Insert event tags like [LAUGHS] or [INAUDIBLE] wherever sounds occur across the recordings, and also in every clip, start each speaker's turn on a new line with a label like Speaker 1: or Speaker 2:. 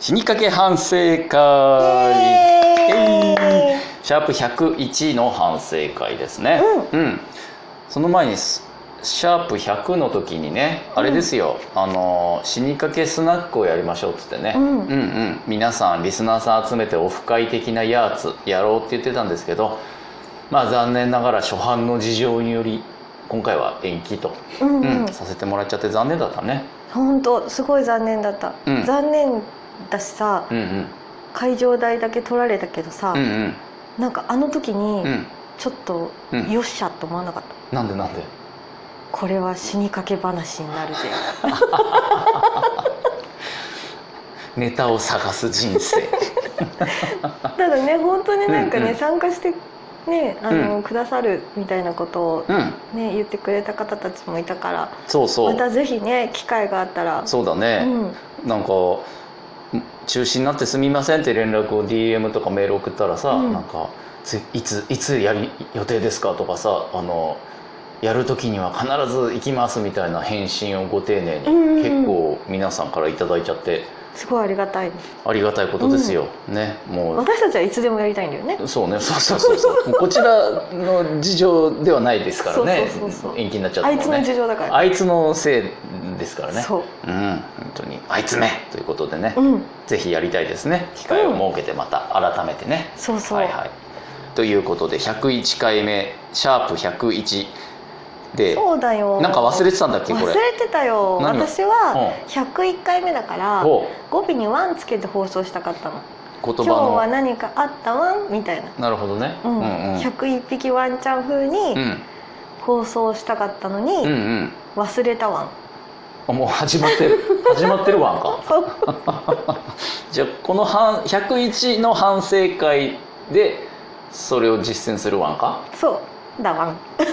Speaker 1: 死にかけ反省会
Speaker 2: イエーイ
Speaker 1: イエーイシャープ101の反省会ですねうん、その前にすシャープ100の時にねあれですよ、あの死にかけスナックをやりましょうっつってね、
Speaker 2: うん
Speaker 1: うんうん皆さんリスナーさん集めてオフ会的なやつやろうって言ってたんですけどまあ残念ながら初版の事情により今回は延期と、
Speaker 2: う
Speaker 1: う
Speaker 2: んうんん
Speaker 1: させてもらっちゃって残念だったね
Speaker 2: 本当すごい残念だった、
Speaker 1: うん
Speaker 2: 残念だしさ
Speaker 1: うんうん
Speaker 2: 会場代だけ取られたけどさ、
Speaker 1: うん
Speaker 2: なんかあの時
Speaker 1: うんう
Speaker 2: に
Speaker 1: ん
Speaker 2: ちょっと
Speaker 1: うん
Speaker 2: よっしゃと思わなかった、
Speaker 1: なんでなんで
Speaker 2: これは死にかけ話になるぜ
Speaker 1: ネタを探す人生
Speaker 2: ただね本当になんかね、
Speaker 1: うんうん
Speaker 2: 参加してねあの、
Speaker 1: う
Speaker 2: くださるみたいなことを
Speaker 1: うん
Speaker 2: ね言ってくれた方たちもいたから
Speaker 1: そうそ
Speaker 2: ま
Speaker 1: う
Speaker 2: たぜひね機会があったら
Speaker 1: そうだ
Speaker 2: う
Speaker 1: ね、
Speaker 2: ん、
Speaker 1: なんかん中止になってすみませんって連絡を DM とかメール送ったらさ、
Speaker 2: うん
Speaker 1: なんかついついつやり予定ですかとかさあのやる時には必ず行きますみたいな返信をご丁寧に、
Speaker 2: うんうん
Speaker 1: 結構皆さんから頂いただいちゃって
Speaker 2: すごいありがたいです
Speaker 1: ありがたいことですよ、ねもう
Speaker 2: 私たちはいつでもやりたいんだよね
Speaker 1: そうね、そうそうそうそう。こちらの事情ではないですからね。
Speaker 2: そうそうそうそう
Speaker 1: 延期になっちゃった
Speaker 2: あい
Speaker 1: も
Speaker 2: つ
Speaker 1: んね。
Speaker 2: の事情だから
Speaker 1: あいつのせいですからね。
Speaker 2: そう
Speaker 1: うん、本当にあいつめということでね、
Speaker 2: うん
Speaker 1: ぜひやりたいですね。機会を設けてまた改めてね。
Speaker 2: そうそう、
Speaker 1: はいはい。ということで101回目シャープ101で
Speaker 2: そうだよ
Speaker 1: なんか忘れてたんだっけこ
Speaker 2: 忘
Speaker 1: れ
Speaker 2: れ。てたよ
Speaker 1: 何が
Speaker 2: 私は
Speaker 1: う
Speaker 2: 101回目だから
Speaker 1: お
Speaker 2: 語尾に「ワン」つけて放送したかったの
Speaker 1: 言
Speaker 2: 今日は
Speaker 1: 葉
Speaker 2: 何かあったワンみたいな、
Speaker 1: のなるほどね。
Speaker 2: うん
Speaker 1: うん
Speaker 2: 101匹ワンちゃん風
Speaker 1: う
Speaker 2: に
Speaker 1: ん
Speaker 2: 放送したかったのに、
Speaker 1: うんうんうん
Speaker 2: 忘れたワン
Speaker 1: あもう始ま
Speaker 2: [LAUGHS]
Speaker 1: ってる始まってるわんか。
Speaker 2: そう
Speaker 1: じゃあこの反101の反省会でそれを実践するわんか
Speaker 2: そうだワンそう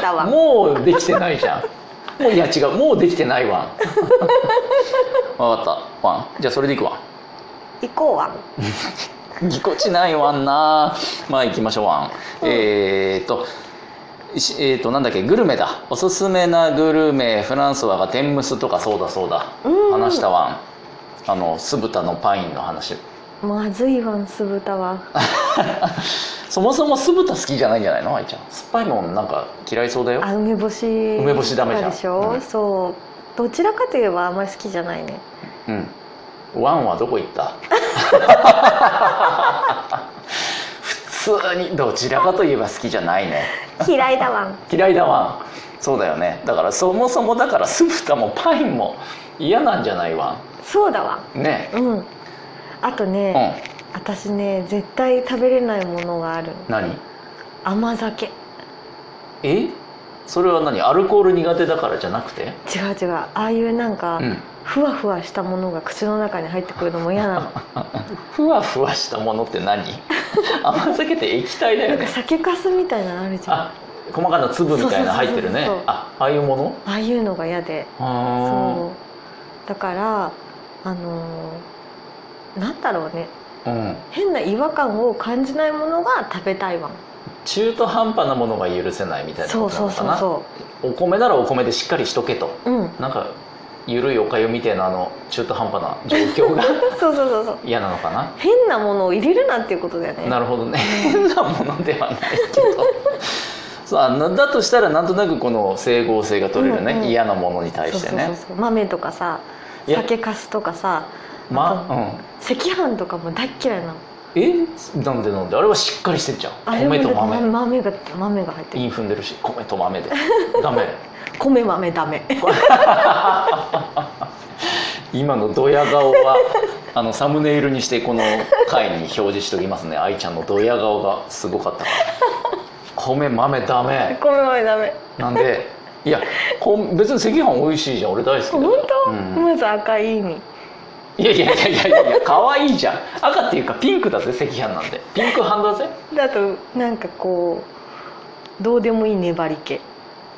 Speaker 2: だワン
Speaker 1: もうできてないじゃん
Speaker 2: [LAUGHS]
Speaker 1: もういや違うもうできてないわんわかったわんじゃあそれでいくわ
Speaker 2: 行こうワン
Speaker 1: んぎこちないわんなまあ行きましょうわん、
Speaker 2: うん
Speaker 1: えー、っとしえー、っとなんだっけグルメだおすすめなグルメフランソワが天むすとかそうだそうだ
Speaker 2: うん
Speaker 1: 話したわんあの酢豚のパインの話
Speaker 2: まずいワン酢豚は
Speaker 1: そもそも酢豚好きじゃないんじゃないの愛ちゃん酸っぱいもんなんか嫌いそうだよ
Speaker 2: あ梅干し
Speaker 1: 梅干しダメじゃん
Speaker 2: とかでしょ、
Speaker 1: うん
Speaker 2: そうどちらかといえばあんまり好きじゃないね
Speaker 1: うんワンはどこ行った [LAUGHS] 普通にどちらかといえば好きじゃないね
Speaker 2: 嫌いだワン
Speaker 1: 嫌いだわんそうだよねだからそもそもだから酢豚もパインも嫌なんじゃないわ
Speaker 2: そうだわ
Speaker 1: んね
Speaker 2: うんあと
Speaker 1: う
Speaker 2: ね、
Speaker 1: ん
Speaker 2: 私ね絶対食べれないものがある
Speaker 1: 何
Speaker 2: 甘酒違
Speaker 1: えそれは何アルコール苦手だからじゃなくて
Speaker 2: う違うああいうなんか、
Speaker 1: うん
Speaker 2: ふわふわしたものが口の中に入ってくるのも
Speaker 1: [LAUGHS]
Speaker 2: 嫌なの
Speaker 1: ふわふわしたものって
Speaker 2: [LAUGHS]
Speaker 1: 何甘酒って液体だ
Speaker 2: な
Speaker 1: よ
Speaker 2: んか
Speaker 1: ね
Speaker 2: 酒粕みたいなのあるじゃんあ
Speaker 1: あ細かな粒みたいなの入ってるね
Speaker 2: そうそうそうそう
Speaker 1: あああいうもの
Speaker 2: あいうのが嫌で
Speaker 1: あ
Speaker 2: そうだからあのーなんだろうね
Speaker 1: ーうん
Speaker 2: 変な違和感を感じないものが食べたいわん
Speaker 1: 中途半端なものが許せないみたいな
Speaker 2: そ
Speaker 1: こ
Speaker 2: う
Speaker 1: とな
Speaker 2: そ
Speaker 1: の
Speaker 2: う
Speaker 1: か
Speaker 2: そ
Speaker 1: な
Speaker 2: うそ
Speaker 1: お米ならお米でしっかりしとけと
Speaker 2: ううん
Speaker 1: なんかゆるいおかゆみたいなあの中途半端な状況
Speaker 2: [LAUGHS]
Speaker 1: が
Speaker 2: そうそうそうそう
Speaker 1: 嫌なのかな
Speaker 2: 変なものを入れるなっていうことだよね
Speaker 1: なるほどね変なものではないけど
Speaker 2: [LAUGHS]
Speaker 1: そうあのだとしたらなんとなくこの整合性が取れるね、
Speaker 2: うんうん
Speaker 1: 嫌なものに対してね
Speaker 2: そうそうそうそう豆とかさ
Speaker 1: いや
Speaker 2: 酒粕とかさ
Speaker 1: ま
Speaker 2: あ
Speaker 1: あ、うん、
Speaker 2: 赤飯とかも大っ嫌いなの
Speaker 1: えなんでなんであれはしっかりしてんじゃん
Speaker 2: あれも
Speaker 1: 米と
Speaker 2: だって
Speaker 1: 豆
Speaker 2: 豆が豆が入って
Speaker 1: イ
Speaker 2: る
Speaker 1: ン踏んでるし米と豆でダメ
Speaker 2: 米豆ダメ
Speaker 1: [LAUGHS] 今のドヤ顔はあのサムネイルにしてこの回に表示しておきますね愛ちゃんのドヤ顔がすごかったから米豆ダメ
Speaker 2: [LAUGHS] 米豆ダメ
Speaker 1: なんでいやこん別に赤飯美味しいじゃん俺大好きだ
Speaker 2: 本
Speaker 1: から
Speaker 2: 当、
Speaker 1: うん
Speaker 2: まず赤い意味
Speaker 1: いやいやいやいやいやいや可愛いじゃん赤っていうかピンクだぜ赤飯なんでピンク飯だぜ
Speaker 2: だとなんかこうどうでもいい粘り気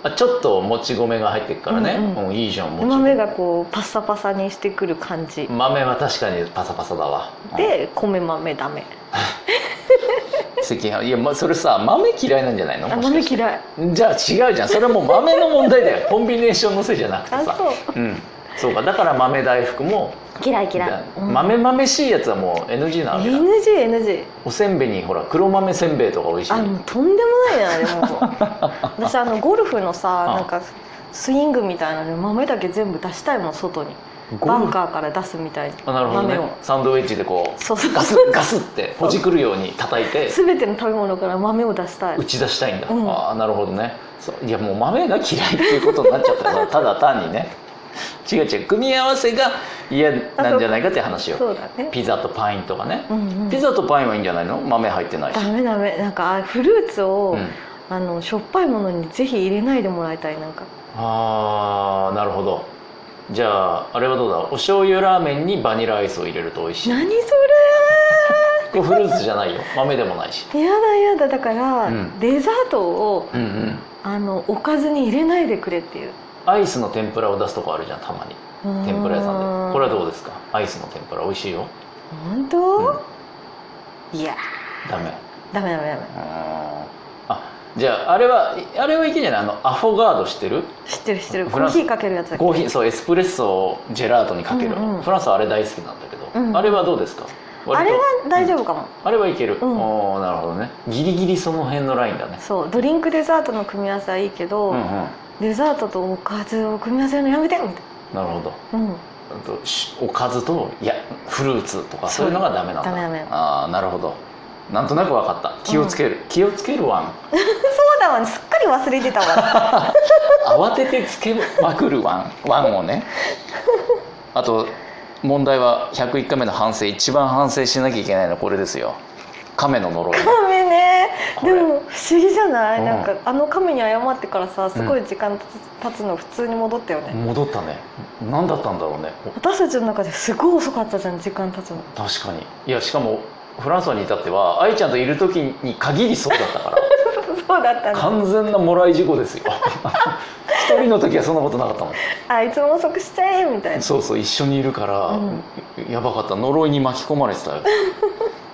Speaker 1: あちょっともち米が入ってるからね、う
Speaker 2: うんんうん
Speaker 1: いいじゃんもち米
Speaker 2: 豆がこうパサパサにしてくる感じ
Speaker 1: 豆は確かにパサパサだわ
Speaker 2: で米豆ダメ
Speaker 1: うん赤飯いや、ま、それさ豆嫌いなんじゃないの
Speaker 2: あ
Speaker 1: もしか
Speaker 2: 豆
Speaker 1: して
Speaker 2: 嫌い [LAUGHS]
Speaker 1: じゃあ違うじゃんそれはもう豆の問題だよコンビネーションのせいじゃなくて
Speaker 2: あ
Speaker 1: さ
Speaker 2: そう
Speaker 1: うんそうかだから豆大福も
Speaker 2: 嫌い嫌い、うん
Speaker 1: 豆豆しいやつはもう NG なわけだ
Speaker 2: NGNG
Speaker 1: おせんべいにほら黒豆せんべいとか美味しい
Speaker 2: あもうとんでもないなあれも
Speaker 1: [LAUGHS]
Speaker 2: う私あのゴルフのさ
Speaker 1: あ
Speaker 2: なんかスイングみたいなのに豆だけ全部出したいもん外に
Speaker 1: ゴ
Speaker 2: バ
Speaker 1: ル
Speaker 2: ン
Speaker 1: フ
Speaker 2: カーから出すみたいに
Speaker 1: あなるほど
Speaker 2: 豆
Speaker 1: ね
Speaker 2: を
Speaker 1: サンドウェッジでこう
Speaker 2: そうそう
Speaker 1: ガスガスってほじくるように叩いて
Speaker 2: 全ての食べ物から豆を出したい
Speaker 1: 打ち出したいんだ、
Speaker 2: うん
Speaker 1: ああなるほどねそういやもう豆が嫌いっていうことになっちゃ
Speaker 2: [LAUGHS]
Speaker 1: ったからただ単にね違う違う組み合わせが嫌なんじゃないかっていう話よ
Speaker 2: そうだね
Speaker 1: ピザとパインとかね、
Speaker 2: うんうん
Speaker 1: ピザとパインはいいんじゃないの豆入ってないし
Speaker 2: ダメダメなんかあフルーツを、
Speaker 1: うん
Speaker 2: あのしょっぱいものにぜひ入れないでもらいたいなんか
Speaker 1: あーなるほどじゃああれはどうだお醤油ラーメンにバニラアイスを入れると美味しい [LAUGHS]
Speaker 2: 何そ
Speaker 1: これフルーツじゃないよ豆でもないし
Speaker 2: れやだやだだから、
Speaker 1: うん
Speaker 2: デザートを
Speaker 1: うんうん
Speaker 2: あのおかずに入れないでくれっていう
Speaker 1: アイスの天ぷらを出すとこあるじゃんたまに天ぷら屋さんでこれはどう
Speaker 2: う
Speaker 1: ですかアイスの天ぷら美味しいよ、
Speaker 2: 本
Speaker 1: うん
Speaker 2: 当、いや
Speaker 1: ダメ
Speaker 2: ーダメダメダメ
Speaker 1: あじゃああれはあれはいけんじゃないあのアフォガードしてる
Speaker 2: 知ってる知ってる
Speaker 1: フ
Speaker 2: コ
Speaker 1: ラン
Speaker 2: ー
Speaker 1: ス
Speaker 2: ヒーかけるやつだっけ
Speaker 1: コーヒーそうエスプレッソをジェラートにかける、
Speaker 2: うんうん
Speaker 1: フランスはあれ大好きなんだけど、
Speaker 2: うん
Speaker 1: あれはどうですか
Speaker 2: あ
Speaker 1: 割
Speaker 2: れ
Speaker 1: と
Speaker 2: は大丈夫かも、
Speaker 1: あれはいける、
Speaker 2: うん
Speaker 1: おーなるほどねギリギリその辺のラインだね
Speaker 2: そうドリンクデザートの組み合わせはいいけど、
Speaker 1: うんうん
Speaker 2: デザートとおかずを組み合わせるのやめてみたい
Speaker 1: なるほど
Speaker 2: なうん
Speaker 1: あとしおかずといやフルーツとか
Speaker 2: そ
Speaker 1: そうういうのがダメなんだ
Speaker 2: ダメダメ
Speaker 1: ああなるほどなんとなくわかった気をつける、気をつけるわん
Speaker 2: そうだわすっかり忘れてたわ
Speaker 1: [LAUGHS] 慌ててつけまくるわ [LAUGHS] んわんをねあと問題は101回目の反省一番反省しなきゃいけないのはこれですよ亀の [LAUGHS] 呪い
Speaker 2: ダメね
Speaker 1: こ
Speaker 2: で
Speaker 1: れ
Speaker 2: も不思議じゃない、
Speaker 1: うん
Speaker 2: なんかあの亀に謝ってからさすごい時間経つの普通に戻ったよね、
Speaker 1: 戻ったね何だったんだろうね
Speaker 2: 私たちの中ですごい遅かったじゃん時間経つの
Speaker 1: 確かにいやしかもフランソワに至っては愛ちゃんといる時に限りそうだった
Speaker 2: [LAUGHS]
Speaker 1: から
Speaker 2: [LAUGHS] そうだったの
Speaker 1: 完全なもらい事故ですよ [LAUGHS] 一人の時はそんなことなかったもん
Speaker 2: あいつも遅くしちゃえみたいな
Speaker 1: そうそう一緒にいるから、
Speaker 2: うん
Speaker 1: やばかった呪いに巻き込まれて
Speaker 2: [LAUGHS]
Speaker 1: たよ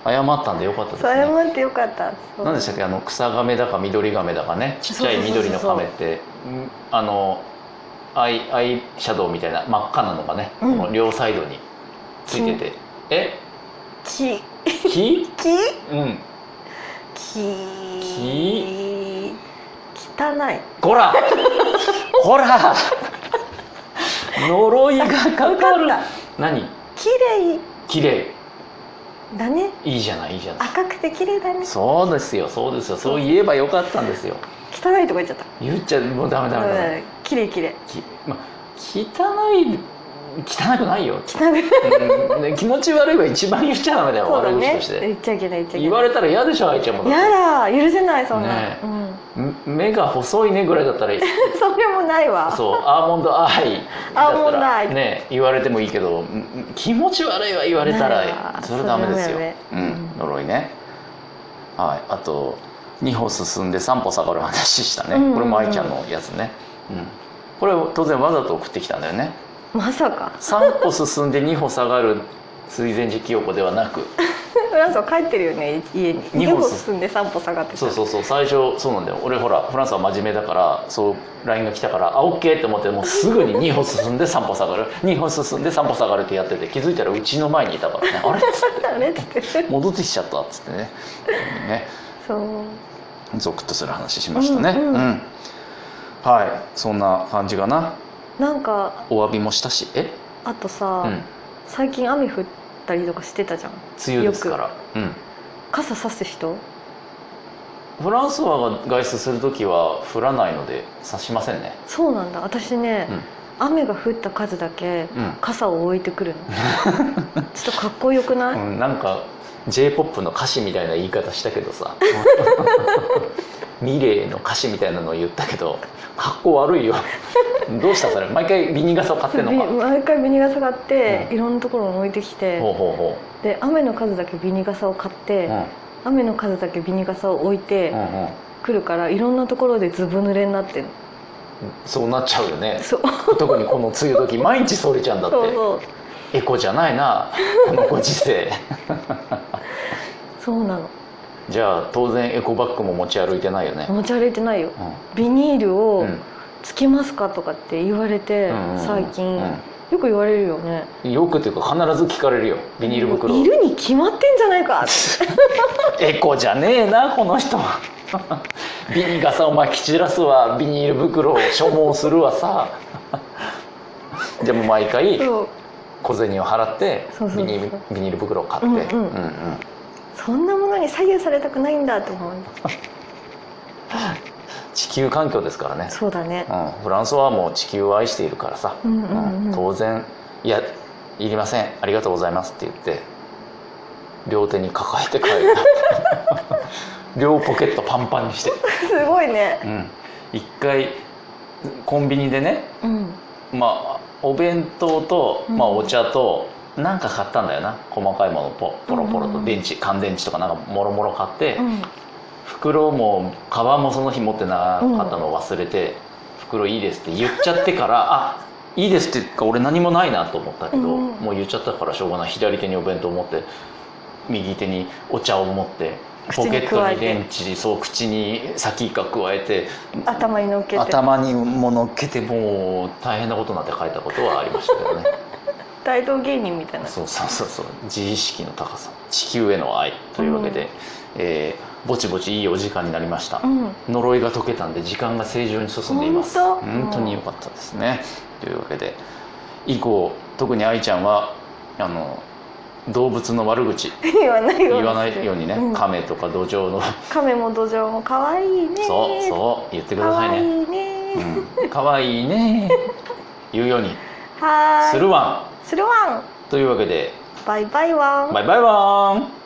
Speaker 1: 謝ったんでよかったです
Speaker 2: それ
Speaker 1: ね
Speaker 2: もってよかったそう
Speaker 1: 何でしたっけあの草亀だか緑亀だかねちっちゃい緑の亀ってうんあのアイアイシャドウみたいな真っ赤なのがね、
Speaker 2: うん
Speaker 1: この両サイドについててえ
Speaker 2: 木
Speaker 1: 木
Speaker 2: 木
Speaker 1: うん
Speaker 2: き汚い
Speaker 1: こらこら呪いがかかる
Speaker 2: わかっ
Speaker 1: 何
Speaker 2: 綺麗
Speaker 1: 綺麗
Speaker 2: だね
Speaker 1: いいじゃないいいじゃない
Speaker 2: 赤くて綺麗だね
Speaker 1: そうですよそうですよそう言えばよかったんですよ
Speaker 2: 汚いとか言っちゃった
Speaker 1: 言っちゃもうダメダメダメ
Speaker 2: 綺麗綺麗
Speaker 1: き、ま、汚い汚くないよ、
Speaker 2: 汚い
Speaker 1: うんね気持ち悪いは一番言っちゃダメだよ
Speaker 2: そうだ
Speaker 1: 悪口
Speaker 2: ね
Speaker 1: として
Speaker 2: 言っちゃいけない言っちゃいけ
Speaker 1: 言わ
Speaker 2: ない
Speaker 1: れたら嫌でしょ愛ちゃんもだっ
Speaker 2: やだ許せないそんな、
Speaker 1: ねえ
Speaker 2: うん [LAUGHS]
Speaker 1: てん目が細いねぐらいだったらいい
Speaker 2: それもないわ
Speaker 1: そうアーモンドアイ
Speaker 2: アーモンドア
Speaker 1: だ
Speaker 2: イ
Speaker 1: ったらね言われてもいいけどんん気持ち悪いは言われた
Speaker 2: ないわ
Speaker 1: らそれはダメですよ
Speaker 2: それは
Speaker 1: う
Speaker 2: ダメだね
Speaker 1: ん
Speaker 2: うん
Speaker 1: 呪いねはいあと2歩進んで3歩下がる話したね、
Speaker 2: うんうんうん
Speaker 1: これも愛ちゃんのやつね、うん、これ当然わざと送ってきたんだよね
Speaker 2: まさか
Speaker 1: 3歩進んで2歩下がる水前寺清子ではなく
Speaker 2: フランスは帰ってるよね家に
Speaker 1: 二
Speaker 2: 2
Speaker 1: 歩
Speaker 2: 歩進んで3歩下がってた
Speaker 1: そうそうそう最初そうなんだよ俺ほらフランスは真面目だからそう LINE が来たからあ OK って思ってもうすぐに2歩進んで3歩下がる2歩進んで3歩下がるってやってて気づいたらうちの前にいたからねあれっつっ
Speaker 2: [LAUGHS] あれって
Speaker 1: て戻ってきちゃったっつってねね
Speaker 2: そう
Speaker 1: ゾクッとする話しましたね
Speaker 2: うんうん
Speaker 1: うん、はいそんな感じかな
Speaker 2: なんか
Speaker 1: お詫びもしたしえ
Speaker 2: あとさ、
Speaker 1: うん
Speaker 2: 最近雨降ったりとかしてたじゃん
Speaker 1: 梅雨ですからうん
Speaker 2: 傘さす人
Speaker 1: フランスはが外出する時は降らないので差しませんね
Speaker 2: そうなんだ私ね、
Speaker 1: うん
Speaker 2: 雨が降った数だけ
Speaker 1: うん
Speaker 2: 傘を置いてくる
Speaker 1: [LAUGHS]
Speaker 2: のちょっとかっこよくない、
Speaker 1: うん、なんか j p o p の歌詞みたいな言い方したけどさミレーの歌詞みたいなのを言ったけど格好悪いよどうしたそれ毎回ビニ傘を買ってんの
Speaker 2: び
Speaker 1: か
Speaker 2: 毎回ビニ傘買って、
Speaker 1: うん
Speaker 2: いろんなところに置いてきて
Speaker 1: ほうほうほ
Speaker 2: で雨の数だけビニ傘を買って、
Speaker 1: う、うん
Speaker 2: 雨の数だけビニ傘を置いて
Speaker 1: うんうん、
Speaker 2: くるから、いろんなところでずぶ濡れになってる
Speaker 1: そうなっちゃうよね
Speaker 2: そう
Speaker 1: 特にこの梅雨時毎日それちゃうんだって
Speaker 2: そうそう
Speaker 1: エコじゃないなこのご時世
Speaker 2: そうなの
Speaker 1: じゃあ当然エコバッグも持ち歩いてないよね、
Speaker 2: 持ち歩いてないよ
Speaker 1: うん
Speaker 2: ビニール
Speaker 1: う
Speaker 2: を
Speaker 1: ん
Speaker 2: つけますかとかって言われて、
Speaker 1: うんうんうん
Speaker 2: 最近、
Speaker 1: うん
Speaker 2: よく言われるよね
Speaker 1: よくというか必ず聞かれるよビニール袋
Speaker 2: いるに決まってんじゃない
Speaker 1: [LAUGHS]
Speaker 2: か
Speaker 1: エコじゃねえなこの人 [LAUGHS] はビニガサお前き散らすわビニール袋を所望するわさ [LAUGHS] でも毎回
Speaker 2: そう
Speaker 1: 小銭を払って
Speaker 2: そうそうそ
Speaker 1: ビ
Speaker 2: う
Speaker 1: ニールビニール袋を買って、
Speaker 2: うんうん
Speaker 1: うんうん
Speaker 2: そんなものに左右されたくないんだと思う
Speaker 1: 地球環境ですからね、
Speaker 2: そうだね
Speaker 1: うん、フランスはもう地球を愛しているからさ、
Speaker 2: うんうんうん
Speaker 1: 当然「いやいりませんありがとうございます」って言って両手に抱えて帰る
Speaker 2: [LAUGHS]
Speaker 1: 両ポケットパンパンにして、
Speaker 2: すごいね
Speaker 1: うん、一回コンビニでね
Speaker 2: うん
Speaker 1: まあお弁当と、
Speaker 2: うん
Speaker 1: まあ、お茶となんか買ったんだよな細かいものポポロポロ
Speaker 2: うんうんう
Speaker 1: と
Speaker 2: ん
Speaker 1: 電池乾電池とかなんかもろもろ買って、
Speaker 2: うん
Speaker 1: 袋もカバンもその日持ってなかったのを忘れて「袋いいです」って言っちゃってから「あいいです」っていうか俺何もないなと思ったけど、
Speaker 2: うん
Speaker 1: もう言っちゃったからしょうがない左手にお弁当を持って右手にお茶を持って
Speaker 2: 口
Speaker 1: ポ
Speaker 2: に
Speaker 1: ケット
Speaker 2: 加え
Speaker 1: に
Speaker 2: て
Speaker 1: 電池そう口に先が加えて
Speaker 2: 頭に乗っけて
Speaker 1: 頭にものっけてもう大変なことになって帰ったことはありましたけどね
Speaker 2: 大道芸人みたい
Speaker 1: [LAUGHS]
Speaker 2: な
Speaker 1: そうそうそうそう自意識の高さ地球への愛というわけで、
Speaker 2: うん
Speaker 1: えーぼちぼちいいお時間になりました。
Speaker 2: うん [LAUGHS]
Speaker 1: 呪いが解けたんで時間が正常に進んでいます
Speaker 2: 本当
Speaker 1: 本当に良かったですねというわけで以降特に愛ちゃんはあの動物の悪口
Speaker 2: 言わないようにする
Speaker 1: [LAUGHS] 言わないようにね、
Speaker 2: ん
Speaker 1: 亀とか土壌の
Speaker 2: 亀も土壌も可愛いね
Speaker 1: そう
Speaker 2: う
Speaker 1: そう言ってくだ
Speaker 2: 可
Speaker 1: さいね
Speaker 2: 愛いね
Speaker 1: うん可愛、いいね言うように
Speaker 2: はーい
Speaker 1: するわ
Speaker 2: するわん
Speaker 1: んというわけで
Speaker 2: バイバイワン
Speaker 1: バイバイワン